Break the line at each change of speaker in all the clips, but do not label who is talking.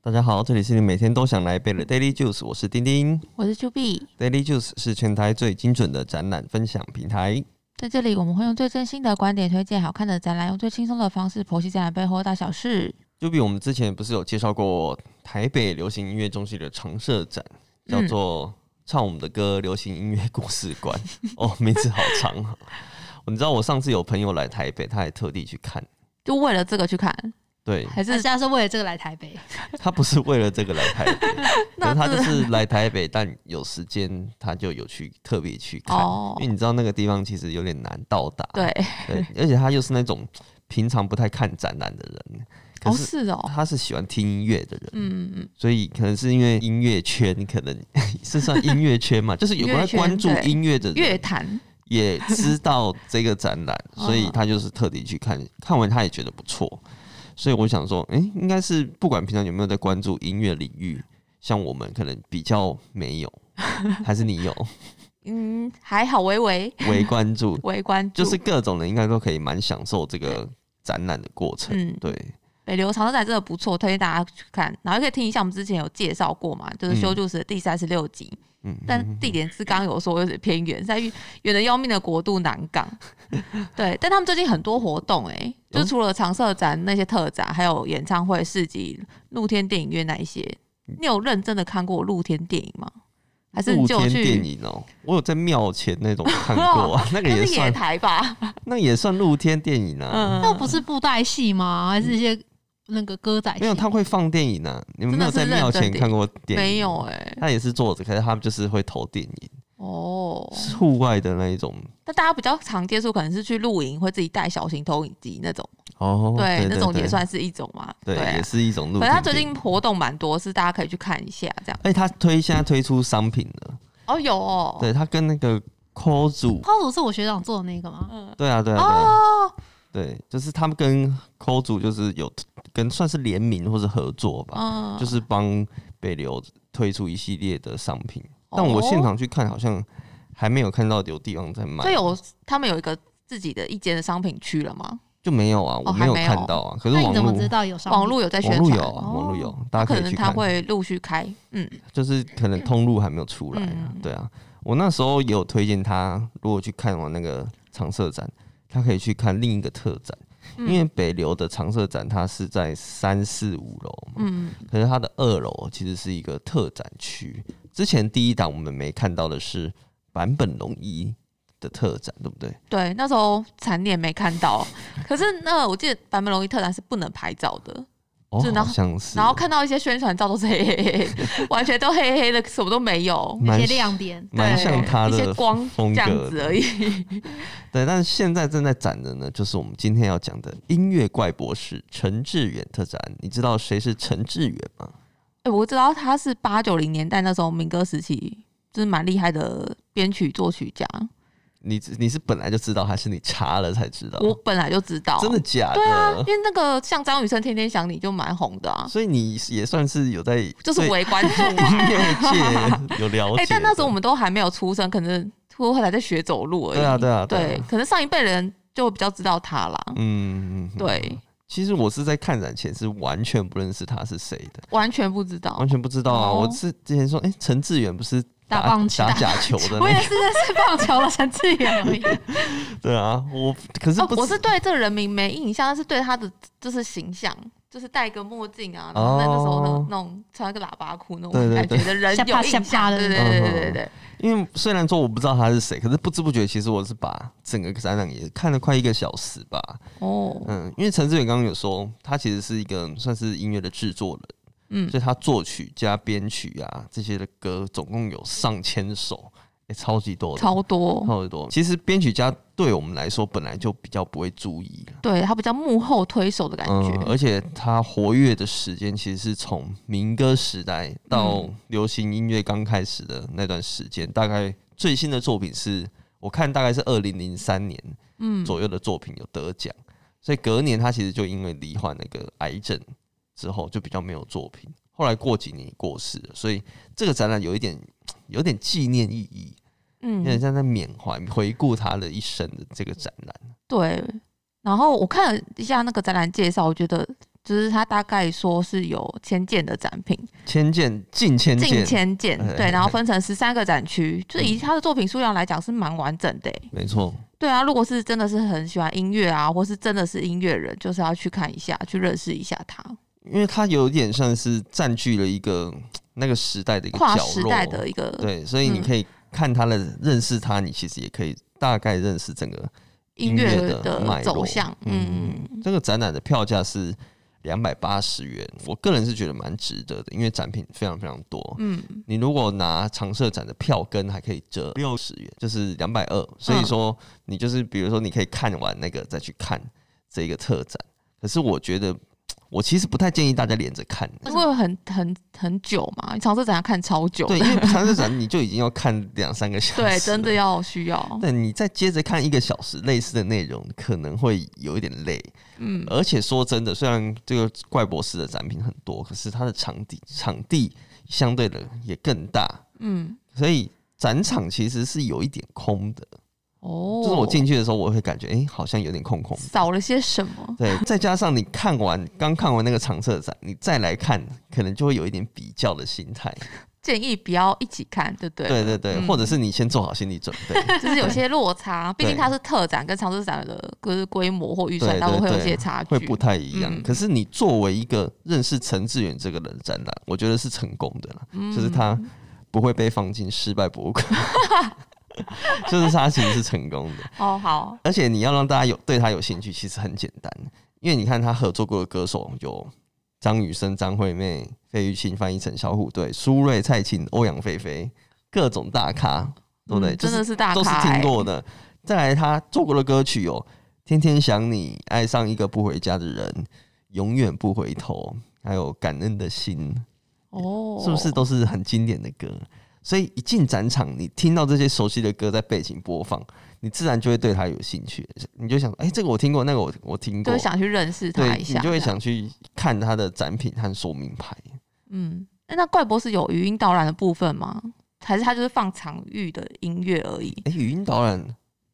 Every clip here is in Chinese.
大家好，这里是你每天都想来一
嗯
杯的 Daily Juice，我是丁丁。
我是 Q B，
Daily Juice 是全台最精准的展览分享平台。
在这里我们会用最真心的观点推荐好看的展览，用最轻松的方式剖析展览背后的大小事。
就比我们之前不是有介绍过台北流行音乐中心的常设展，叫
嗯
做《唱我们的歌：流行音乐故事 馆》哦，名字好长啊！你知道我上次有朋友来台北，他还特地去看。
就为了这个去看，
对
还
大
是
家是为了这个来台北，
他不是为了这个来台北，可
那
是他
是
就是来台北，但有时间他就有去特别去看，啊
哦
因为你知道那个地方其实有点难到达。
对，哦
对，而且他又是那种平常不太看展览的人，可
哦
是
是哦，
他是喜欢听音乐的人，
嗯，嗯
所以可能是因为音乐圈， 可能是算音乐圈嘛，就是有
音
关
乐圈
关注
对
音乐的
嗯乐
人
坛
也知道这个展 览，
嗯
所以他就是特地去看，看完他也觉得不错，所以我想说，诶，应该是不管平常有没有在关注音乐领域，像我们可能比较没有，还是 你有
嗯还好微微
微关注，
微关注，
就是各种人应该都可以蛮享受这个展览的过程，
嗯
对。
北流长洲展真的不错，推荐大家去看，然后也可以听一下我们之前有介绍过嘛，就是
嗯
修筑史的第三十六集，
嗯，
但地点是刚刚有说有点偏远，在远远的要命的国度南 港。对，但他们最近很多活动哎、就
哦
除了常设展那些特展，还有演唱会、市集、露天电影院那一些。你有认真的看过露天电影吗？还是你
露
就有
天电
去？
影哦、我有在庙前那种看 过、啊，那个
那
也
是野
算，
台吧？
那也算露天电影啊。
嗯，
那不是布袋戏吗？还是一些那个歌仔戏？
没有，他会放电影啊。你们
哎真
没
的
有在庙
是
前
认真
看过电影？
没有。哎、
他也是坐着，可是他们就是会投电影，
哦。
是户外的那一种。
那大家比较常接触可能是去露营，会自己带小型投影机那种，
哦，对，
那种
对
也算是一种嘛。
对，
啊
也是一种露
反
天。
正他最近，活动蛮多，是大家可以去看一下这样。
哎，他推现在推出商品了，
哦，有哦，
对他跟那个 Co 组，
抛主是我学长做的那个吗？
嗯，
对啊，对啊，对啊，
哦，
对，就是他们跟 Co 组就是有跟算是联名或者合作吧，
嗯，
就是帮北流推出一系列的商品，
哦
但我现场去看好像还没有看到有地方在卖
所以，有他们有一个自己的一间的商品区了吗？
就没有啊，我
哦还
有
没
看
有
到啊。可是
那
网
你怎么知
络
道有商
网
品？
络有在宣
网
传，
络有啊，网络
哦，
有，大家
可
以
能
去
他
看，
会陆续开，嗯，
就是可能通路还没有出来啊
嗯。
对啊，我那时候也有推荐他，如果去看完那个长社展，他可以去看另一个特展，因
嗯
为北流的长社展它是在三四五楼嘛，
嗯，
可是它的二楼其实是一个特展区。之前第一档我们没看到的是坂本龙一的特展，对不对？
对，那时候残念没看到，可是那我记得版本龙一特展是不能拍照的，
哦，
是然
好
后
像是，
然后看到一些宣传照都是黑黑黑， 完全都黑黑的，什么都没有，
一
蛮
些亮点，
蛮
对
像他
一些
的
光
风
这样
格
子
的
而已，
对，但是现在正在展的呢，就是我们今天要讲的音乐怪博士陈志远特展。你知道谁是陈志远吗？
哎、我知道他是八九零年代那时候民歌时期，就是蛮厉害的编曲作曲家。
你你是本来就知道，还是你查了才知道？
我本来就知道，
真的假
对啊，
的
因？为那个像张雨生《天天想你》就蛮红的啊，
所以你也算是有在
就是
对
围观 众。
音乐界有了
哎、
解。
但那时候我们都还没有出生，可能我还在学走路而已。
对啊对啊对啊
对，可能上一辈人就比较知道他啦。
嗯，嗯嗯
对，
其实我是在看展前是完全不认识他是谁的，
完全不知道
完。全不知道啊。
哦
我是之前说，哎、陈志远不是
打棒球
打假球的
我也
那
是认识棒球的啊陈志远 而已。
个，对啊，我可是
哦
不，
我是对这个人名没印象，但是对他的就是形象。就是戴个墨镜啊，然后那
哦
那时候那那种穿个喇叭裤那
对
种
对
感觉
对嗯
的人
吓
有
怕吓
印
怕
象，
的
对对
那
对
种
对对对，
因为虽然说我不知道他是谁，可是不知不觉其实我是把整个展览也看了快一个小时吧。
哦，
嗯，因为陈志远刚刚有说，他其实是一个算是音乐的制作人，
嗯，
所以他作曲加编曲啊这些的歌总共有上千首，也、超级多的，
超多，
超级多。其实编曲家对我们来说本来就比较不会注意了。
对他比较幕后推手的感觉，
嗯，而且他活跃的时间其实是从民歌时代到
嗯
流行音乐刚开始的那段时间，大概最新的作品是我看大概是二零零三年
嗯，
左右的作品有得奖，所以隔年他其实就因为罹患那个癌症之后就比较没有作品，后来过几年也过世了，所以这个展览有一点有点纪念意义，有点
嗯，
像在缅怀回顾他的一生的这个展览。
对。然后我看了一下那个展览介绍，我觉得就是他大概说是有千件的展品，
千件近千
近
件，
千件
哎，嗯
对，然后分成十三个展区，就是以他的作品数量来讲是蛮完整的欸、
没错，
对啊，如果是真的是很喜欢音乐啊，或是真的是音乐人，就是要去看一下，去认识一下他，
因为它有点像是占据了一个那个时代的一个
跨
角
时
落，
代的一个
对，所以你
嗯
可以看他的认识他，你其实也可以大概认识整个
音
乐
乐
脉络
的走向。嗯，嗯，
这个展览的票价是两百八十元，我个人是觉得蛮值得的，因为展品非常非常多。
嗯嗯，
你如果拿常设展的票根，还可以折六十元，就是两百二。所
嗯
以说，你就是比如说，你可以看完那个再去看这个特展。可是我觉得，我其实不太建议大家连着看，
因为很很很久嘛，长设展要看超久
对，
的
因为常设展你就已经要看两三个小时了，
对，真的要需要，
对你再接着看一个小时类似的内容，可能会有一点累。
嗯，
而且说真的，虽然这个怪博士的展品很多，可是它的场地场地相对的也更大，
嗯，
所以展场其实是有一点空的。
哦，
就是我进去的时候，我会感觉哎、诶好像有点空空的。
少了些什么？
对，再加上你看完刚看完那个长设展，你再来看，可能就会有一点比较的心态。
建议不要一起看，对不对？
对对对，
嗯
或者是你先做好心理准备。
就是有些落差，毕
对
竟它是特展跟常设展的，就是规模或预
对
算，当然
对
会有一
对
些差距，
会不太一样。
嗯
可是你作为一个认识陈志远这个人的展览，我觉得是成功的啦，
嗯
就是他不会被放进失败博物馆， 就是他其实是成功的。
哦，好，
而且你要让大家有对他有兴趣，其实很简单，因为你看他合作过的歌手有张雨生、张惠妹、费玉清翻译成小虎队、苏芮、蔡琴、欧阳菲菲，各种大咖，对不对？
嗯
就
真
是
的是大
都是
咖欸，
听过的。再来，他做过的歌曲有《天天想你》、《爱上一个不回家的人》、《永远不回头》，还有《感恩的心
哦》，，
是不是都是很经典的歌？所以一进展场，你听到这些熟悉的歌在背景播放，你自然就会对他有兴趣，你就想，哎、这个我听过，那个我我听
就
过
会，想去认识他
对，
一
你
下，
就会
这样，
想去看他的展品和说明牌。
嗯，那那怪博士有语音导览的部分吗？还是他就是放场域的音乐而已？
哎、语音导览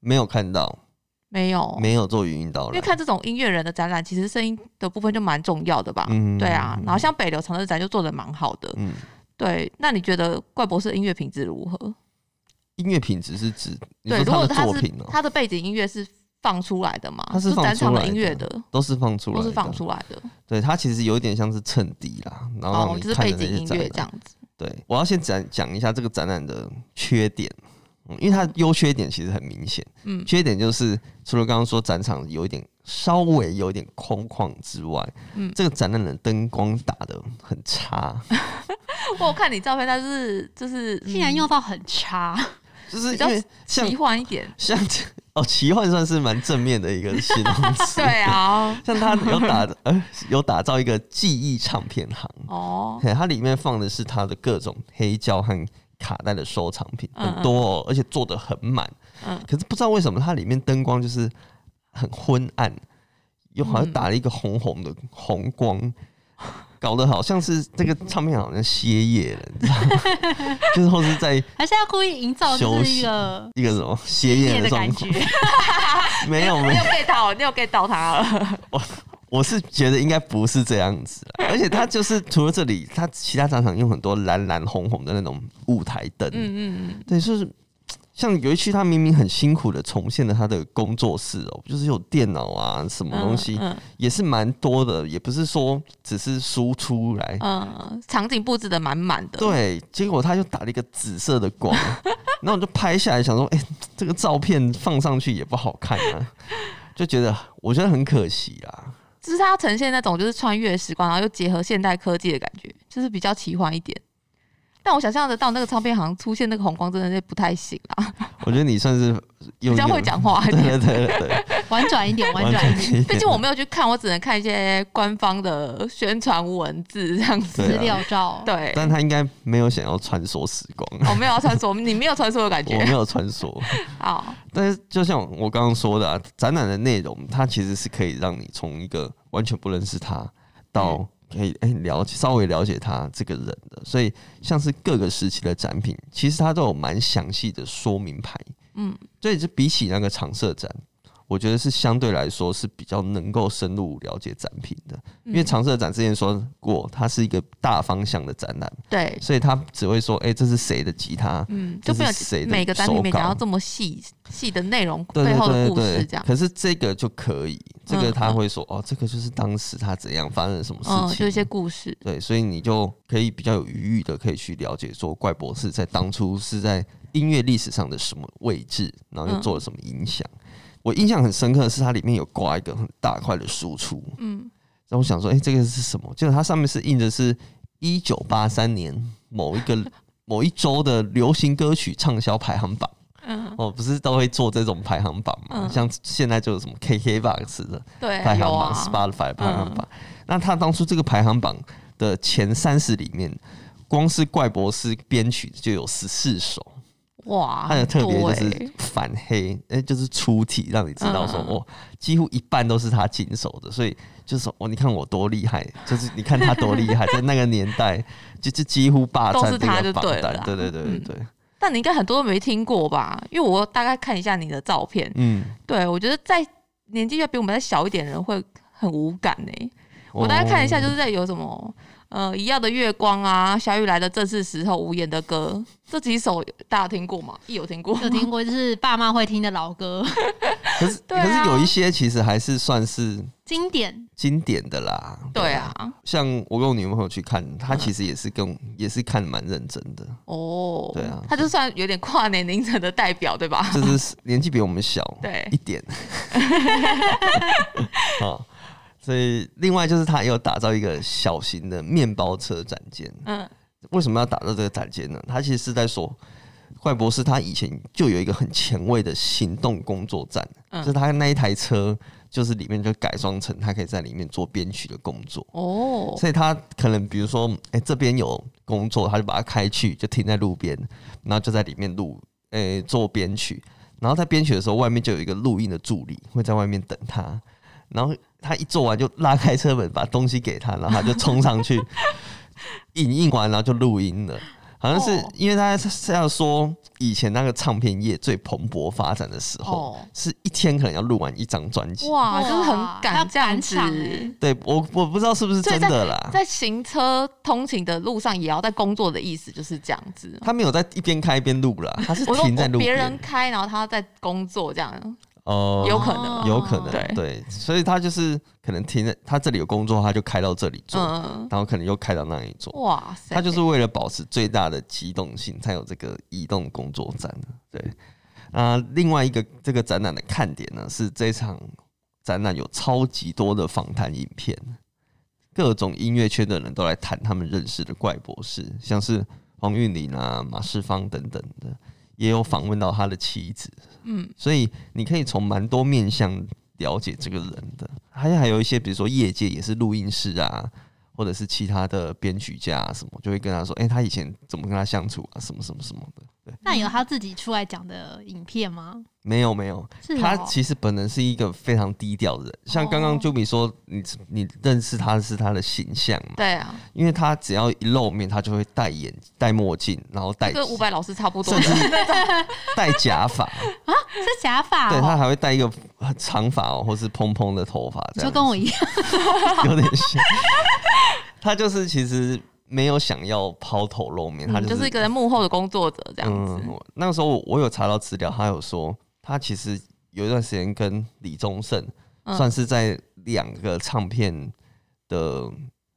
没有看到，
没有，
没有做语音导
哦因
览
为，看这种音乐人的展览，其实声音的部分就蛮重要的吧？
嗯
对啊，然后像北流长乐展就做的蛮好的，
嗯，
对。那你觉得怪博士的音乐品质如何？
音乐品质是指你
对，
说
如果
他的
他
作
是
品哦、
他的背景音乐是放出来的嘛？
它是
就
放
展
出
场
来
音
的
乐的，
都是放出来，
都是放。出来的，
对，它其实有点像是衬底啦，然后让
哦
你，
就是
看
背
着那
景
些
音
展
乐
览
这。样子。
对，我要先讲讲一下这个展览的缺点，嗯，因为它的优缺点其实很明显。
嗯
缺点就是除了刚刚说展场有一点稍微有一点空旷之外，
嗯
这个展览的灯光打得很 差，
我有看你照片，但是就是
竟
嗯
然用到很差，
就是
比
因
较
为像
奇幻 一点，
像这哦，奇幻算是蛮正面的一个形容词。
对啊，
像它有打呃有打造一个记忆唱片行，
哦，
嘿，它里面放的是它的各种黑胶和卡带的收藏品，
嗯
很多、哦，而且做的很满。
嗯
可是不知道为什么它里面灯光就是很昏暗，又好像
嗯
打了一个红红的红光，搞得好像是这个唱片好像歇业了，你知道吗？ 就是或是在
还是要故意营造
休
就是
息
一个
一个什么歇
业
业
的
状
感
况
觉，，
没有没有
你有 get 到，你有 get 到他了，
我是觉得应该不是这样子啦，而且它就是除了这里，它其他展场用很多蓝蓝红红的那种舞台灯，
嗯嗯嗯，
对，就是像有一区，他明明很辛苦的重现了他的工作室哦、就是有电脑啊，什么东西、
嗯
也是蛮多的，也不是说只是输出来。
嗯嗯，场景布置的满满的，，
对，结果他就打了一个紫色的光， 然后我就拍下来，想说，哎、这个照片放上去也不好看啊，就觉得我觉得很可惜啦。
就是它要呈现那种就是穿越时光，然后又结合现代科技的感觉，就是比较奇幻一点。但我想象得到那个唱片行出现那个红光，真的是不太行啦，
我觉得你算是有
比较
有
会讲话一
对对
点。
对对 对，
婉转一点，婉
完
转一
全
点。
是一
毕
点
竟我没有去看，我只能看一些官方的宣传文字这样子。
对
资
啊
料照，
对，
但他应该没有想要穿梭时光，
我没有要穿梭，你没有穿梭的感
我没
觉。
有穿梭。
好，
但是就像我刚刚说的、啊，展览的内容它其实是可以让你从一个完全不认识他
嗯
到可以哎、了解稍微了解他这个人的，所以像是各个时期的展品，其实它都有蛮详细的说明牌。
嗯，
所以就比起那个常设展，我我觉得是相对来说是比较能够深入了解展品的。因为
嗯
长社展之前说过，它是一个大方向的展览，
对，
所以它只会说，哎、这是谁的吉他？
嗯，
这
就没有
是谁的
每个单品没
手稿
讲到这么细细的内容
对
背后的
对
故
对
事这
对，
样。
可是这个就可以，这个
嗯
他
嗯
会说，哦，这个就是当时他怎样发生了什么事
嗯，
情，
就一些故事，
对，所以你就可以比较有余裕的可以去了解说怪博士在当初是在音乐历史上的什么位置，然后又
嗯
做了什么影响。我印象很深刻的是，它里面有挂一个很大块的输出，
嗯，
让我想说，哎、这个是什么？结果它上面是印的是一九八三年某一个某一周的流行歌曲畅销排行榜。
嗯，
哦，不是都会做这种排行榜嘛？
嗯
像现在就有什么 KKBOX 的，
对啊，
排行
有
榜、
啊
Spotify 排行榜。那他当初这个排行榜的前三十里面，光是怪博士编曲就有十四首，
哇，
他的特别就
很多
是
欸
反黑，哎、就是出题让你知道说，
嗯
哦，几乎一半都是他经手的，所以就是哦，你看我多厉害， 就是你看他多厉害，在那个年代，就就几乎霸
都
占
是
这
他
个
就
榜
对了
单
啦，
对对对对
嗯
对，
但你应该很多都没听过吧？因为我大概看一下你的照片，
嗯，
对我觉得在年纪要比我们再小一点的人会很无感呢、我大概看一下，
哦
就是在有什么。呃，一样的月光啊，小雨来的正是时候，无言的歌，这几首大家听过吗？一有听过，
嗯
有听过，就是爸妈会听的老歌，
可是、
对
可是
啊
有一些其实还是算是
经典。
经典的啦，
对啊，
像我跟我女朋友去
嗯
看，她其实也是跟、也是看得蛮认真的，
哦，
对啊
他就算有点跨年龄层的代表，对吧？
就是年纪比我们小
对
一，点， 好，所以另外就是她也有打造一个小型的面包车展间。
嗯
为什么要打造这个展间呢？她其实是在说，怪博士他以前就有一个很前卫的行动工作站，就是
嗯，
他那一台车，就是里面就改装成他可以在里面做编曲的工作。
哦，
所以他可能比如说，哎、这边有工作，他就把它开去，就停在路边，然后就在里面录，哎、做编曲。然后在编曲的时候，外面就有一个录音的助理会在外面等他。然后他一做完就拉开车门，把东西给他，然后他就冲上 去影印完，然后就录音了。好像是
哦
因为他是要说以前那个唱片业最蓬勃发展的时候，
哦
是一天可能要录完一张专辑。
哇，
哇
就是很
要
敢这样
赶
子，
场欸
对我我不知道是不是
所以
真的啦。
在行车通勤的路上也要在工作的意思就是这样子。
他没有在一边开一边录 啦，他是
我说
停在路
别
边
人。开，然后他在工作这样。
哦
有可能啊
有可能，
对
对，所以他就是可能停在他这里有工作，他就开到这里做，
嗯，
然后可能又开到那里做。
哇塞，
他就是为了保持最大的机动性，才有这个移动工作站。对，啊，另外一个这个展览的看点呢，是这场展览有超级多的访谈影片，各种音乐圈的人都来谈他们认识的怪博士，像是黄韵玲啊、马世芳等等的，也有访问到他的妻子。
嗯，
所以你可以从蛮多面向了解这个人的，还还有一些，比如说业界也是录音师啊，或者是其他的编曲家、啊、什么，就会跟他说，哎、他以前怎么跟他相处啊，什么什么什么的。
那有他自己出来讲的影片吗？
没有没有，
是
他
哦
其实本人是一个非常低调的人，像刚刚
哦
就比说，你你认识他是他的形象嘛，
对啊，
因为他只要一露面，他就会戴眼戴墨镜，然后戴
跟伍佰老师差不多
甚。 至 戴假发，
是假发
对他
哦，
还会戴一个长发哦，或是蓬蓬的头发这
你
样
就
子，
跟我一样，
有点像。 他就是其实没有想要抛头露面，他
嗯，
就
就是
是
一个幕后的工作者这样子。
嗯我那个时候我我有查到资料，他有说他其实有一段时间跟李宗盛
嗯
算是在两个唱片的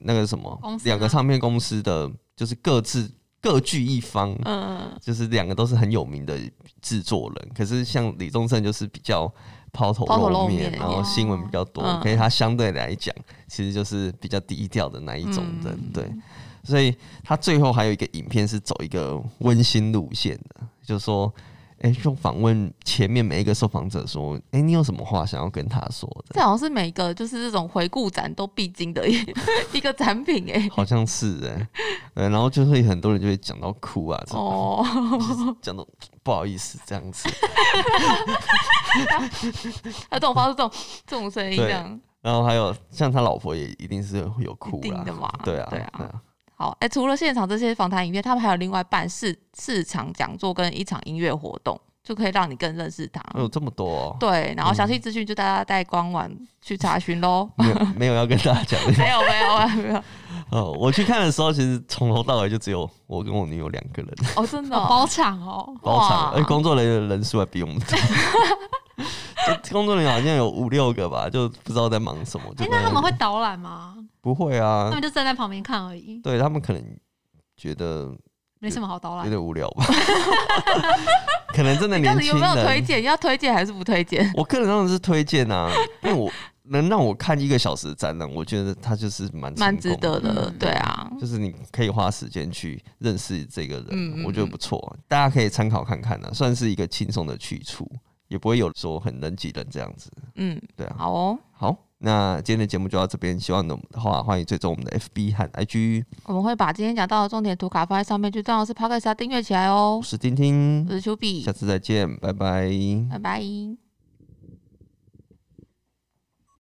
那个什么
公，司
两个
吗
唱片公司的就是各自各据一方，
嗯，
就是两个都是很有名的制作人，可是像李宗盛就是比较抛头
抛头
露
露
面，
面
然后新闻比较多，
嗯
可是他相对来讲其实就是比较低调的那一种人，
嗯
对，所以他最后还有一个影片是走一个温馨路线的，就是说。哎、就访问前面每一个受访者说：“哎、你有什么话想要跟他说
这
的
好像是每个就是这种回顾展都必经的一 一个展品 哎、？”
好像是哎、对，然后就会很多人就会讲到哭啊，这种
哦，
就是讲到不好意思这样子，
他这种发出这种这种声音
对
这样，
然后还有像他老婆也一定是有哭
一定
啦，
的嘛
对啊，
对啊好，哎、除了现场这些访谈影片，他们还有另外办市市场讲座跟一场音乐活动，就可以让你更认识他。
有这么多、哦，。
嗯对，然后详细资讯就大家带官网去查询喽
没有没有要跟大家讲 的。
没有没有没有没有
哦，我去看的时候，其实从头到尾就只有我跟我女友两个人
哦，真 的
哦
哦、
包场哦，
包场，
哇
而且工作人员的人数还比我们多。 就工作人员好像有五六个吧，就不知道在忙什么。就在
哎、那
那
他们
里
会导览吗？
不会
他
啊
们？就站在旁边看而已，
对他们可能觉得
没什么好导
有
览。
点无聊 吧，可能真的
到
年
底有
轻
没有推
人。
荐？要推荐还是不推荐？
我个人当然是推荐啊，因为我能让我看一个小时的展览，我觉得它就是蛮
蛮
成
值
功
得的，
嗯
对啊。
就是你可以花时间去认识这个人，啊
嗯嗯
我觉得不错，大家可以参考看看呢、算是一个轻松的去处，也不会有说很人挤人这样子，
嗯，
对啊。
好哦，
好，那今天的节目就到这边，希望你们的话欢迎追踪我们的 FB 和 IG，
我们会把今天讲到的重点图卡放在上面，最重要的是 p o d c a s 订阅起来哦
我。是丁
我
丁，
是丘比
下，次再见，拜拜。
拜拜。